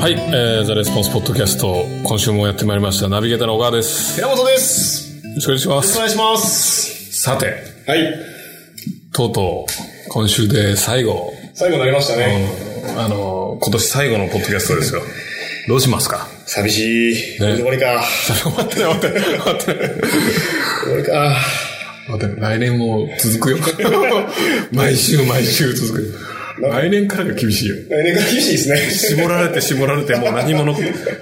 はい、えー、ザ・レスポンスポッドキャスト、今週もやってまいりました、ナビゲーターの小川です。寺本です。よよろしくお願いしまろしくおす。願いします。さて、はい。とうとう、今週で最後、最後になりましたね。あの、今年最後のポッドキャストですよ。どうしますか寂しい。これで終わりか。待ってない、待ってない、待ってない。終わりか。待ってない、来年も続 くよ。毎週毎週続くよ。来年からが厳しいよ。来年から厳しい ですね。絞られて絞られて、もう何もの、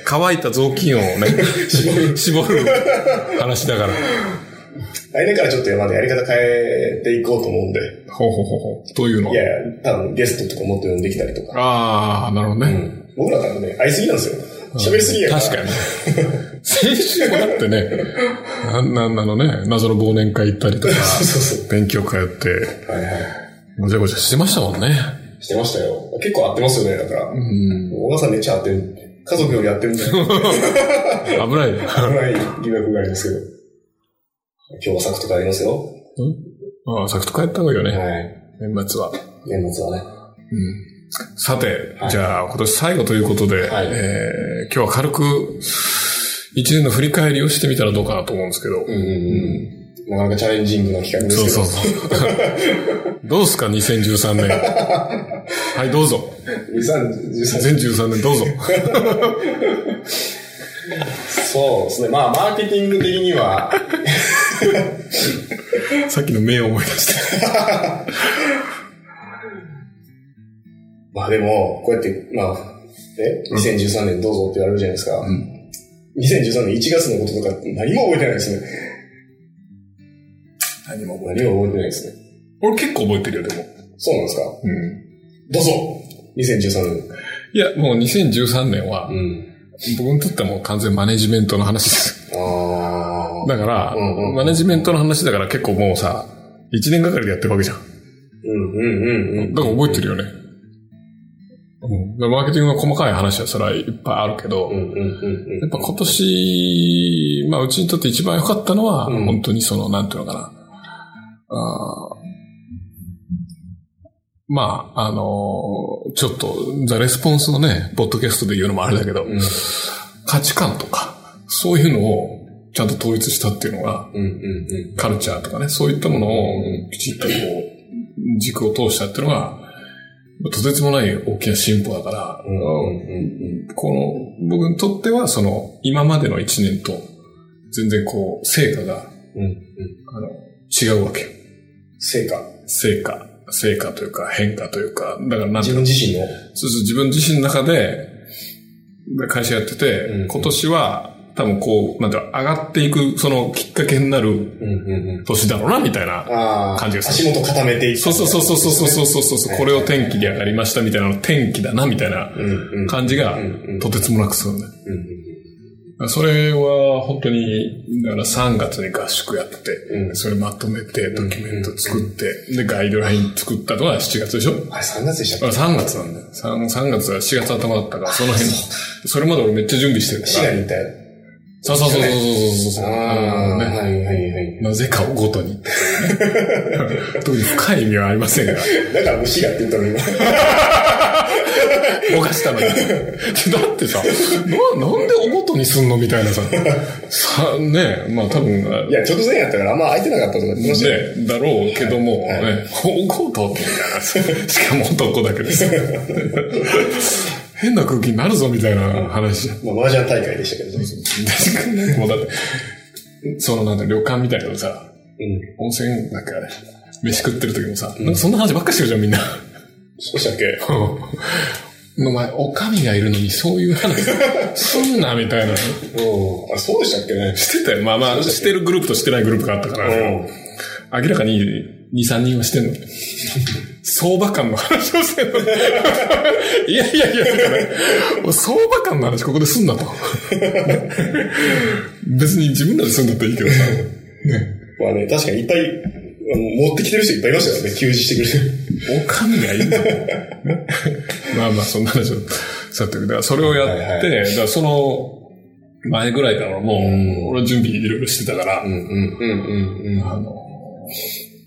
乾いた雑巾をね、 絞る話だから。来年からちょっとまだやり方変えていこうと思うんで。ほうほうほうほう。というのはいや、多分ゲストとかもっと呼んできたりとか。ああ、なるほどね。僕ら多分ね、会いすぎなんですよ。喋りすぎやから。確かに。先週もだってね、なんなんなのね、謎の忘年会行ったりとか、 そうそうそ勉強会やって、う。はいはごちゃごちゃしてましたもんね。い。してましたよ。結構会ってますよね、だから。小川さんめっちゃ会ってる。家族より会ってるんじ ゃない危かないね。なぐらい疑惑がありますけど。今日は作とかありますよ。ああ、サクッと帰った方がいいよはね、い。年末は。年末はね。さて、はいじゃあ今年最後ということで、はいえー今日は軽く、一年の振り返りをしてみたらどうかなと思うんですけど。うんうんうん。なかなかチャレンジングな企画ですけそうど。そうそう。 どうすか、2013年。はい、どうぞ。 2013 2013年どうぞ。そうですね。まあ、マーケティング的には、 さっきの名を思い出して。まあでも、こうやって、まあ、え、2013年どうぞって言われるじゃないですか。2013年1月のこととか何も覚えてないですね。何も覚え何も覚えてないですね。俺結構覚えてるよ、でも。そうなんですかうん。どうぞ !2013 いや、もう2013年は年。、うん。僕にとってはもう完全マネジメントの話です。ああ。だから、うんうんマネジメントの話だから結構もうさ、1年がかりでやってるわけじゃん。うんうんうんうん。だから覚えてるよね。うん。だからマーケティングの細かい話はそれはいっぱいあるけど、うんうんうんやっぱ今年、まあうちにとって一番良かったのは、うん本当にその、なんていうのかな。あーまあ、あのーちょっと、ザ・レスポンスのね、ポッドキャストで言うのもあれだけど、うん。価値観とか、そういうのをちゃんと統一したっていうのが、うんうんうん。カルチャーとかね、そういったものうをきちっとこう、軸を通したっていうのが、とてつもない大きな進歩だから、うんうんうんこの、僕にとっては、その、今までの一年と、全然こう、成果が、うん。うんうん。あの、違うわけよ。成果。成果、成果というか、変化というか、だからなんてい自う分の自身その。うそう自分自身の中で、会社やってて、うん今年は、多分こう、なんていうの上がっていく、そのきっかけになるうんうんうん。年だろうな、みたいな。ああ、感じがす足元固めていく。そうそうそうそうそうそうそうそう、これを天気で上がりました、みたいなの、天気だな、みたいなうんうん。感じがうん、うんとてつもなくするね。うんそれは本当に、だから3月に合宿やって、うんそれまとめて、ドキュメント作って、で、ガイドライン作ったのが7月でしょうん。あれ、3月でしたっあ3月なんだよ。3, 3月は4月頭だったから、その辺、それまで俺めっちゃ準備してるけか市ら。内にいたよ。そうそうそうそうそうそう。ああ、のはねいはいはい。なぜかをごと にっていうね。特に深い意味はありませんが、だからもう市がって言ったの今。 ぼかしたのに。だってさ、な、なんでおごとにすんのみたいなさ。さ、ねまあ多分、いや、直前やったからあんま空いてなかったとか言ってましたよ。ね、だろうけども、ね、方向とみたいな。しかも男だけ です。変な空気になるぞみたいな話じゃん。まあ、麻雀大会でしたけどね。確かに。 もうだって、そのなんだ、旅館みたいなのさ、うん。温泉なんかあれ、飯食ってる時もさ、なんかそんな話ばっかりしてるじゃんみんな。 そうでしたっけお前、おかみがいるのにそういう話すんなみたいな。しうん。あ、そうでしたっけね。てたよ。まあまあ、してるグループとしてないグループがあったから。う明らかに2、3人はしてんの。相場感の話をしてんの。 いやいやいや、だから、俺相場感の話ここですんなと。別に自分らですんだったらいいけどさ。ん。まあね、確かにいっぱい、あの持ってきてる人いっぱいいましたよね。給仕してくれて。おかみがいいんだまあまあ、そんな話をさておきだからそれをやって、はいだからその前ぐらいからもうんう、俺は準備いろいろしてたから、うんうんうんうんあの、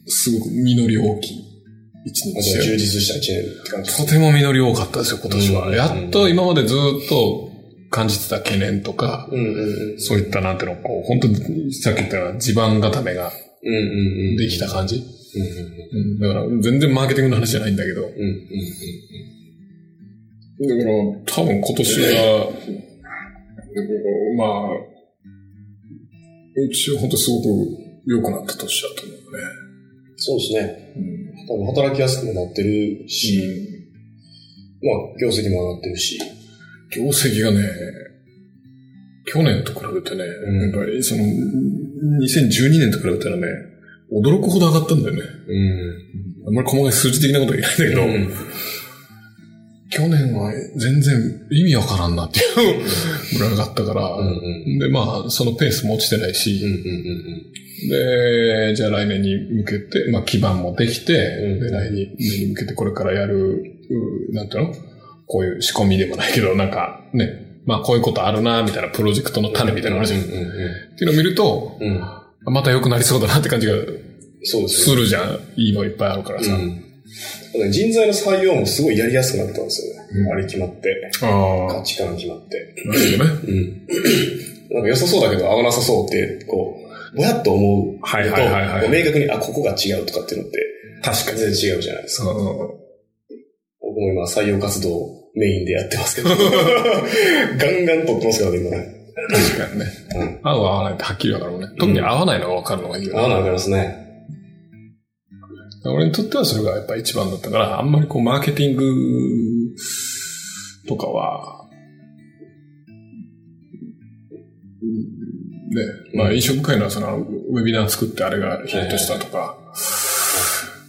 すごく実り大きい一まあ年で充すよ。実した一年って感じ。とても実り多かったですよ、今年うんは。やっと今までずっと感じてた懸念とか、うんうんうん。そういったなんていうの、こう、本当にさっき言ったような地盤固めがうんうんうん。できた感じ。うんうんうん。うん、だから全然マーケティングの話じゃないんだけど、うんうんだから、多分今年は、まあ、うちは本当すごく良くなった年だと思うね。うん。そうですね。うん。多分働きやすくもなってるし、まあ、業績も上がってるし。業績がね、去年と比べてね、やんっぱりその、2012年と比べたらね、驚くほど上がったんだよね。うん。あんまり細かい数字的なことは言えないんだけど、うん去年は全然意味わからんなっていうぐらい上がったから、うんうん。で、まあ、そのペースも落ちてないし、うんうんうんで、じゃあ来年に向けて、まあ基盤もできて、うんで、来年に向けてこれからやる、うなんていうのこういう仕込みでもないけど、なんかね、まあこういうことあるな、みたいなプロジェクトの種みたいなのあるじゃん。うっんうていうのを見ると、んうん。うん。また良くなりそうだなって感じがそうですすよるじゃん。いいのいっぱいあるからさ。ね。うん。人材の採用もすごいやりやすくなったんですよね。うんあれ決まって。ああ、価値観決まって。なるほどね。うん。なんか良さそうだけど合わなさそうって、こう、ぼやっと思うのと。はいはいはいはいこう明確に、あ、ここが違うとかっていうのって、確か全。然違うじゃないですか。そ僕も今採用活動をメインでやってま すけど。ガンガン取ってますからね、今ね。う確かにね。合う合わないってはっきりわかるもんね。特に合わないのがわかるのがいいよね合わなあかんですね。俺にとってはそれがやっぱ一番だったから、あんまりこうマーケティングとかは、うんね、まあ飲食会のはそのウェビナー作ってあれがヒットしたとか、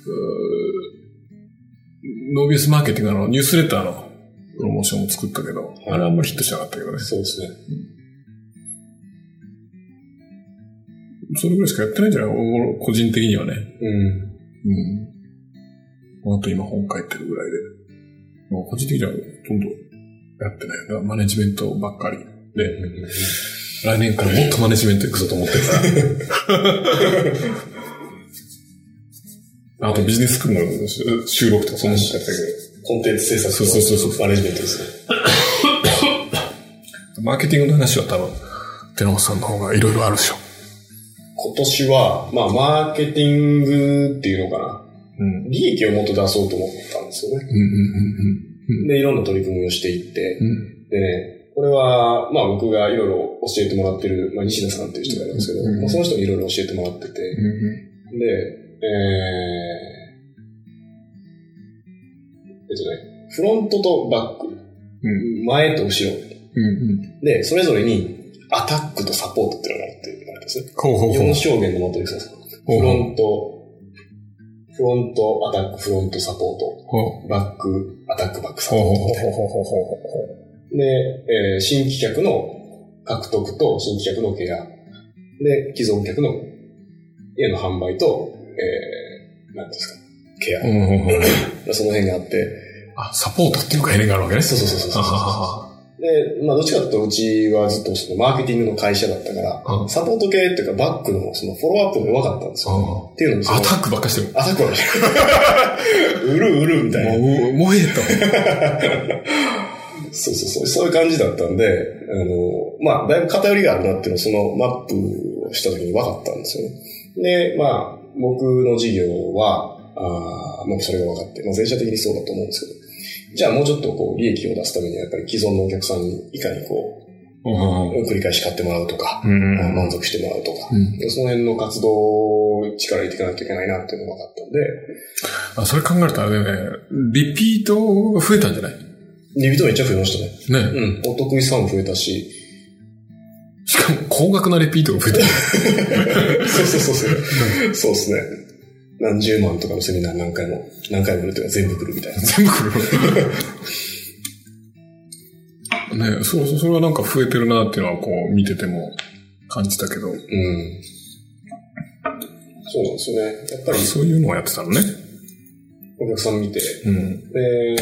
うーノービスマーケティングのニュースレターのプロモーションも作ったけど、あれはあんまりヒットしなかったけどね。そうですね。それぐらいしかやってないんじゃない俺個人的にはね。うん。うん。あと今本書いてるぐらいで。もう個人的にはほとんどやってないな。マネジメントばっかり。で、来年からもっとマネジメント行くぞと思ってるから。あとビジネススクールのし収録とかそんなことやってたコンテンツ制作そうそうそうそうマネジメントですね。けど、マーケティングの話は多分、手のさんの方がいろいろあるでしょ。今年は、まあ、マーケティングっていうのかな。うん。利益をもっと出そうと思ったんですよね。うんうんで、いろんな取り組みをしていって、うんうん。うん。でね、これは、まあ僕がいろいろ教えてもらってる、まあ西田さんっていう人がいるんですけど、うんまあ、その人にいろいろ教えてもらってうて、で、えー、えっとね、フロントとバック、う前と後ろ、ん。うんうん。で、それぞれにアタックとサポートっていうのがあるって言われてますね。ほうほうほう4証言のマトリックスなんですよほうフほロうント、フロント、アタック、フロント、サポート、ほうバック、アタック、バック、サほうポほうートみたいなほうほうほうほうほう。で、えー新規客の獲得と新規客のケア。で、既存客の家の販売と、えー、なんていうんですか、ケア。うんうんうんその辺があって。あ、サポートっていう概念があるわけね。そうそうそうそうあはははで、まあ、どっちかというと、うちはずっとそのマーケティングの会社だったから、うんサポート系っていうか、バックのそのフォローアップも弱かったんですよ。うっていうのもんそのアタックばっかしてる。アタックはね 売る売るみたいな。もう、もうええと。そうそうそう、そういう感じだったんで、あの、まあ、だいぶ偏りがあるなっていうのをそのマップをした時に分かったんですよね。で、まあ、僕の事業は、あーまあ、それが分かって、まあ、全社的にそうだと思うんですけど、じゃあもうちょっとこう、利益を出すためにはやっぱり既存のお客さんにいかにこう、繰り返し買ってもらうとか、うんあー満足してもらうとか、うんその辺の活動を力入れていかないといけないなっていうのが分かったんあで、それ考えるとあれだよね、リピートが増えたんじゃないリピートめっちゃ増えましたね。ね。うん。お得意さんも増えたし、しかも、高額なリピート が増えた。そうそうそうそう。そうですね。何十万とかのセミナー何回も、何回もやるというか全部来るみたいな。全部来る。ねそうそう、それはなんか増えてるなっていうのはこう見てても感じたけど、うん。そうなんですよね。やっぱりそういうのをやってたのね。お客さん見て、うん。で、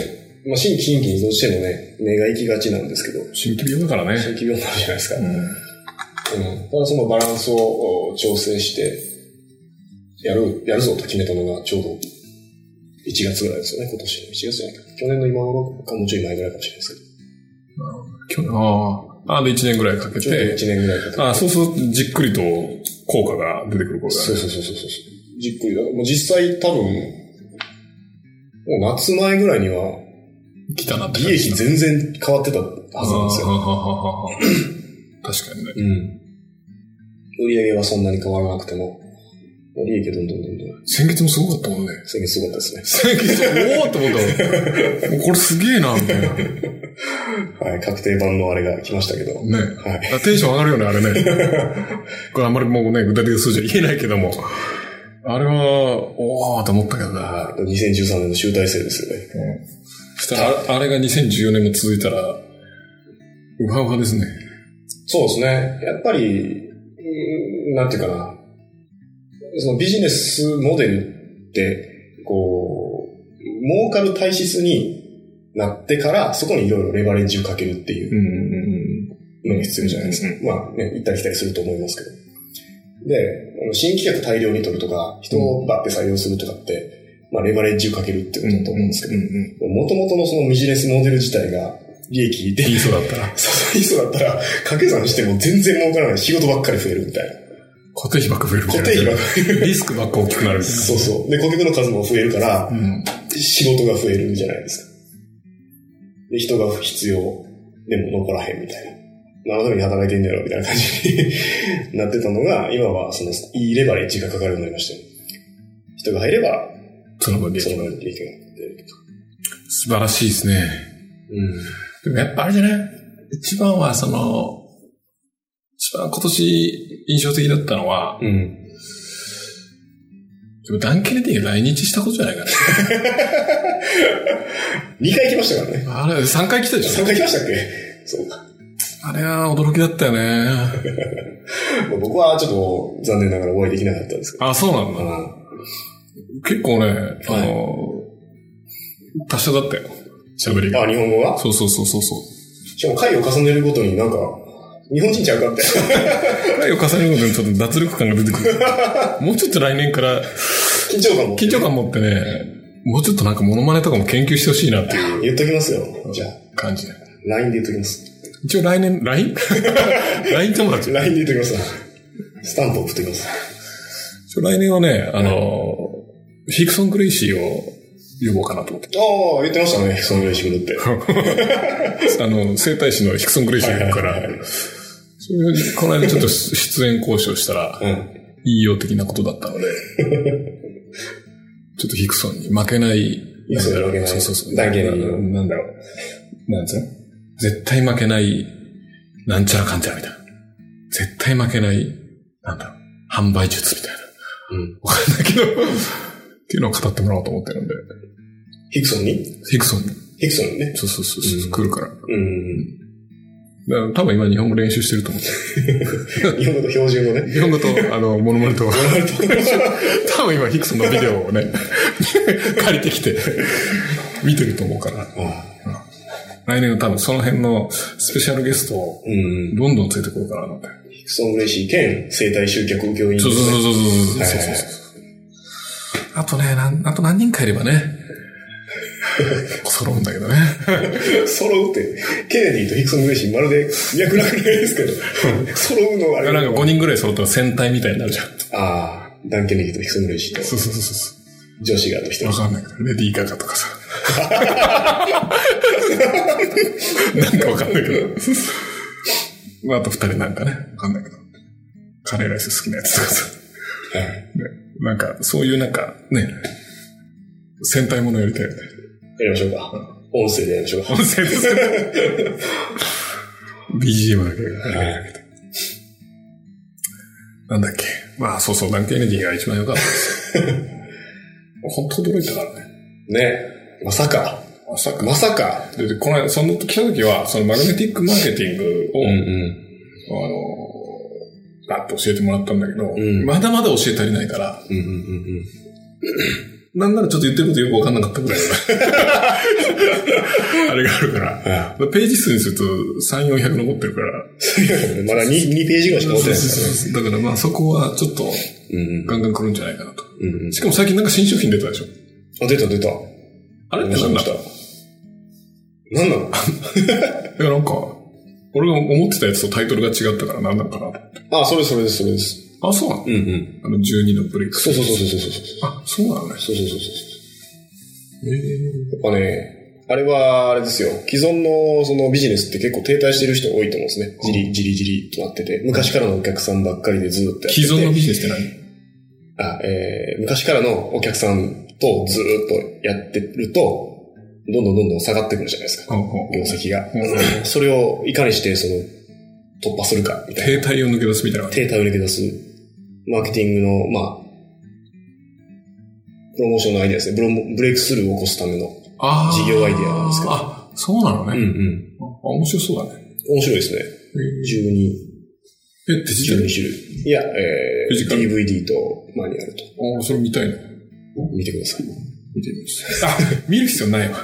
まあ、新規新規にどうしてもね、目が行きがちなんですけど、新規病だから新ね。規病になるじゃないですか。うん。うん。ただそのバランスをお調整して、やる、やるぞと決めたのがちょうど1月ぐらいですよね、今年の。1月じゃないか。去年の今頃か、もうちょい前ぐらいかもしれないです去年、ああ。あ、で1年ぐらいかけけど。ちょうど1て、年ぐらいかけて。あそうするとじっくりと効果が出てくることがそうそうそうそうそう。じっくりだ。もう実際多分、もう夏前ぐらいには、来たなって利益全然変わってたはずなんですよ。あーはははは確かにね。うん。売り上げはそんなに変わらなくても、もう利益どんどんどんどん、先月もすごかったもんね。先月すごかったですね。先月、おおって思ったもん。もうこれすげえな、みたいな。ね。はい、確定版のあれが来ましたけど。はい。あテンション上がるよね、あれね。これあんまりもうね、具体的な数字は言えないけども。あれは、おおと思ったけどな。はい2013年の集大成ですよね。そしたらあ、あれが2014年も続いたら、うはうはですね。そうですね。やっぱり、うんなんていうかな。そのビジネスモデルって、こう、儲かる体質になってから、そこにいろいろレバレッジをかけるっていううんうんうん。のが必要じゃないですか。うんまあね、行ったり来たりすると思いますけど。で、あの新規客大量に取るとか、人をバッて採用するとかって、まあレバレッジをかけるってことだと思うんですけど、うん元々のそのビジネスモデル自体が利益でうん。いい人だったら、そういう人だったら、掛け算しても全然儲からない。仕事ばっかり増えるみたいな。固定費ばっか増えるみた固いな定費ばっかリスクばっか大きくなるみり。たいな。そうそう。で、顧客の数も増えるから、うん。仕事が増えるじゃないですか。で、人が必要。でも残らへんみたいな。何のために働いてんだろうみたいな感じになってたのが、今はその、いいレバレッジがかかるようになりましたよ人が入れば、その分利そ益のが。分利益が出るとか。素晴らしいですね。うん。でもやっぱあれじゃない一番はその、一番今年印象的だったのは、うん。でもダン・ケネディが来日したことじゃないか2回来ましたからね。な。あれ、3回来たでしょ3回来ましたっけそうか。あれは驚きだったよね。まあ僕はちょっと残念ながらお会いできなかったんですけあ、そうなんど。だ。うん結構ね、あの、達者だったよ。喋りが。あ、日本語がそうそうそうそうそう。しかも回を重ねるごとになんか、日本人ちゃうかって。 回を重ねることにちょっと脱力感が出てくる。もうちょっと来年から緊張感も。緊張感持ってね、もうちょっとなんかモノマネとかも研究してほしいなっていう言っときますよ。じゃあ、感じで。 LINE で言っときます。一応来年、LINE?LINE 友達 LINE で言っときます。スタンプ送っときます。そう来年はね、あの、ヒクソン・グレイシーを呼ぼうかなと思って。ああ、言ってましたね。そのぐらいしてくれって。あの、整体師のヒクソン・グレイシーがいるから、はいはいはいそれでこの間ちょっと出演交渉したら、うん。いいよ的なことだ ったので、ちょっとヒクソンに負けない、ヒクソンに負けないそうそうそう。ダンケネディのなんだろう。なんつうの絶対負けない、なんちゃらかんちゃらみたいな。絶対負けない、なんだろう、販売術みたいな。うん。わかんないけど、っていうのを語ってもらおうと思ってるんで。ヒクソンにヒクソンに、ヒクソンにね。そうそうそうそう、うん来るから。だかうん。ら多分今日本語練習してると思う。日本語と標準語ね。日本語 と、あの、モノマネと、多分今ヒクソンのビデオを ね、借りてきて、見てると思うから。あ来年は多分その辺のスペシャルゲストをうん。どんどん連れてこようかななんて。ヒクソン・グレイシー兼生体集客病院。そうそうそうそうそうそうはいそうはいはいあとね、なん、あと何人かいればね、揃うんだけどね。揃うって、ケネディとヒクソン・グレイシーまるで脈絡ないですけ ど、揃うのはあだれからなんか5人ぐらい揃ったら戦隊みたいになるじゃん。ああ、ダンケネギとヒクソングレイシーとそうそうそうそう。女子があと一わ人。かんないけど、レディーガガとかさ。なんかわかんないけど。まあ、あと二人なんかね、わかんないけど。カレーライス好きなやつとかさ。はいなんか、そういうなんか、ね、戦隊ものやりたいよね。やりましょうか。音声でやりましょうか。音声です。BGM だけが。はいなんだっけ。まあ、そうそう、ダンケネディが一番良かったですよ。本当驚いたからね。ね。まさか。まさか。まさか。で、でこの間、その時来た時は、そのマグネティックマーケティングを、あん。の、ガッと教えてもらったんだけど、うんまだまだ教え足りないから、うんうんうんなんならちょっと言ってることよくわかんなかったぐら いのあれがあるから。うん。ああ。ページ数にすると3、400残ってるから。まだ 2, 2ページぐらいしか持ってないですかだからまあそこはちょっとらね。うんガンガン来るんじゃないかなと。うんうんしかも最近なんか新商品出たでしょ。あ、出た出た。あれって出なんだた。なんなのいや、なんか、俺が思ってたやつとタイトルが違ったからなんなのかなと。あ、それそれです、それです。あ、そうなのうんうん。あの12のブレイク。そうそうそうそうそうそうそう。あ、そうなのね。そうそうそうそう。ええやっぱね、あれは、あれですよ。既存のそのビジネスって結構停滞してる人多いと思うんですね。じりじりじりとなってて。昔からのお客さんばっかりでずっとやってて。既存のビジネスって何あ、えー昔からのお客さんとずっとやってると、どんどんどんどん下がってくるじゃないですか。あの業績が。うそれをいかにしてその突破するかみたいな。停滞を抜け出すみたいな感じ。停滞を抜け出す、マーケティングの、まあ、プロモーションのアイデアですね。ブロモブレイクスルーを起こすための。あー事業アイデアなんですけどあ、そうなのね。ん。あ、面白そうだね。面白いですね。え、12、デジタル12種類。いや、えフィジー、カル DVD とマニュアルと。あ、それ見たいな。見てください。見てみます。あ、見る必要ないわ。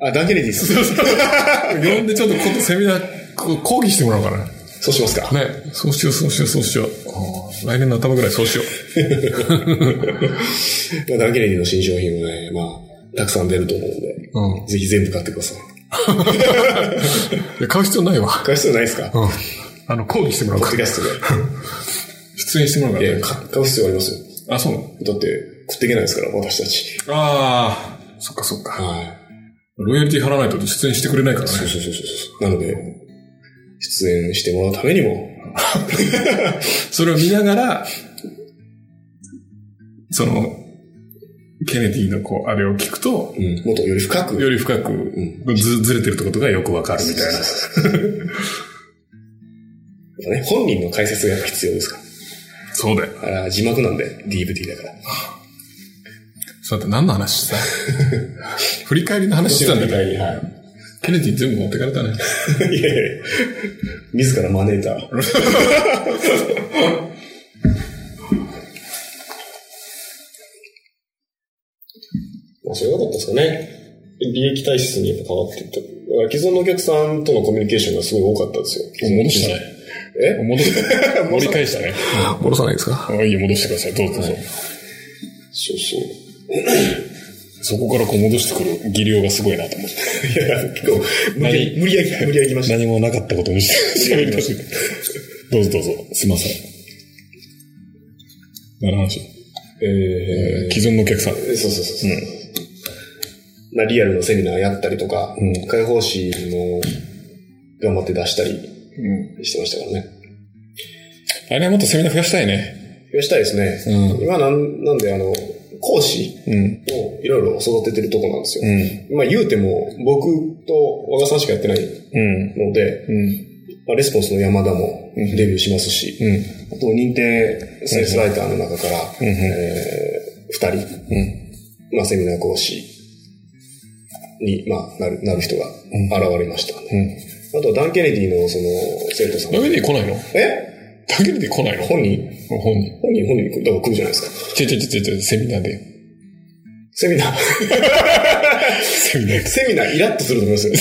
あ、ダンケレデ ィス。呼んでちょっとことセミナー、こ講義してもらおうかな。そうしますか。ね、そうしよう、そうしよう、そうしよう。あー来年の頭ぐらいそうしよまあダンケレディの新商品はね、まあ、たくさん出ると思うんで、う。うんぜひ全部買ってください。いや。買う必要ないわ。買う必要ないですかうん。あの、講義してもらおうポッかドキ。ャスト出演してもらおうか で。いや、ら。か買う必要ありますよ。あ、そうなのだって、食っていけないですから、私たち。ああ、そっかそっか。はい。ロイヤリティ払わないと出演してくれないからね。そうそうそうそうそう。なので、出演してもらうためにも、 それを見ながら、その、ケネディのこう、あれを聞くと、もっとより深く、より深うくん、ずずれてるってことがよくわかるみ たいな。そうそうそうやっぱね、本人の解説がやっぱ必要ですから。 そうだよ。あら、字幕なんで、DVD だから。そうだって何の話した 振り返りの話してたんだけど、いやい ケネディ全部持ってかれたね。やいや、自ら招いた。まあ、そういうことだったんですかね。利益体質にやっぱ変わっていった。だから既存のお客さんとのコミュニケーションがすごい多かったですよ。戻したね。え戻した。盛り返した ね。戻さないですかあいいよ、戻してください。どうぞどうぞ。そうそう。そこからこう戻してくる技量がすごいなと思って。いや、結構、無理やり、無理やり、無理やり来ました。何もなかったことにして喋りまどうぞどうぞ。すいません。何の話え既存のお客さん。ー、そうそうそうそう。まあ、リアルのセミナーやったりとか、うん開放誌も頑張って出したりしてましたからね。来年もっとセミナー増やしたいね。増やしたいですね。う今なん、なんで、あの、講師うん。をいろいろ育ててるとこなんですよ。うん。まあ、言うても、僕と和賀さんしかやってないうん。ので、うん。まあ、レスポンスの山田もうんデビューしますし、うん。あと認定セールスライターの中から、うんうんえー、2人、うん。まあ、セミナー講師に、まあ、なるなる人が現れました、うん。あとダン・ケネディのその生徒さんダメで来ないのえダメで来ないの本人本人。本人本人だから来るじゃないですかちょちょちょちょ、セミナーで。セミナーセミナーセミナーイラッとすると思います よ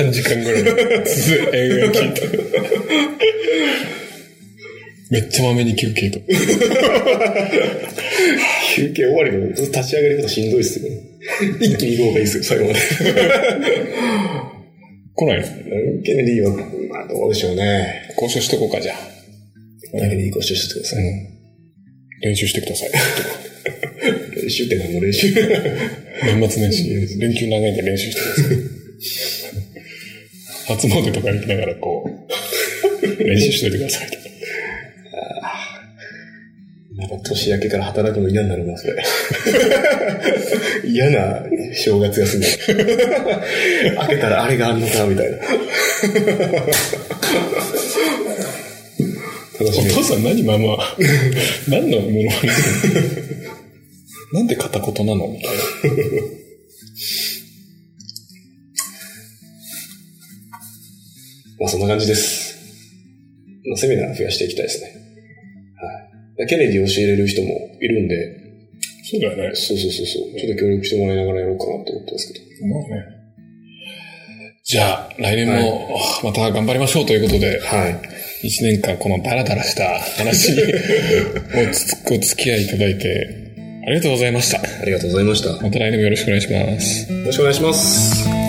3時間ぐらいずっと延々聞いた。めっちゃまめに休憩と。休憩終わりの立ち上がり方しんどいっすよね一気に行こうがいいっすよ最後まで来ないのダン・ケネディはまあどうでしょうね交渉しとこうか、じゃあ。ダン・ケネディご出してください、練習してください。 練習って何の練習年末年始、連休長いんで練習してください。初 詣とか行きながらこう、 練習しといてくださいと。なんか年明けから働くの嫌になりますね。嫌な正月休み。 明けたらあれがあんのか、みたい な。楽しおみ。父さん何まあまあ、 何のものまね なんで片言なのみたいな。まあそんな感じです。まあセミナー増やしていきたいですね。はい。ケネディ教えれる人もいるんで、そうだよね。そうそうそうそう。ちょっと協力してもらいながらやろうかなと思ってますけど。まあね。じゃあ、来年も、また頑張りましょうということで、はい。一年間このダラダラした話におつお付き合いいただいて、ありがとうございました。ありがとうございました。よまた来年もよろしくお願いします。ろしくお願いします。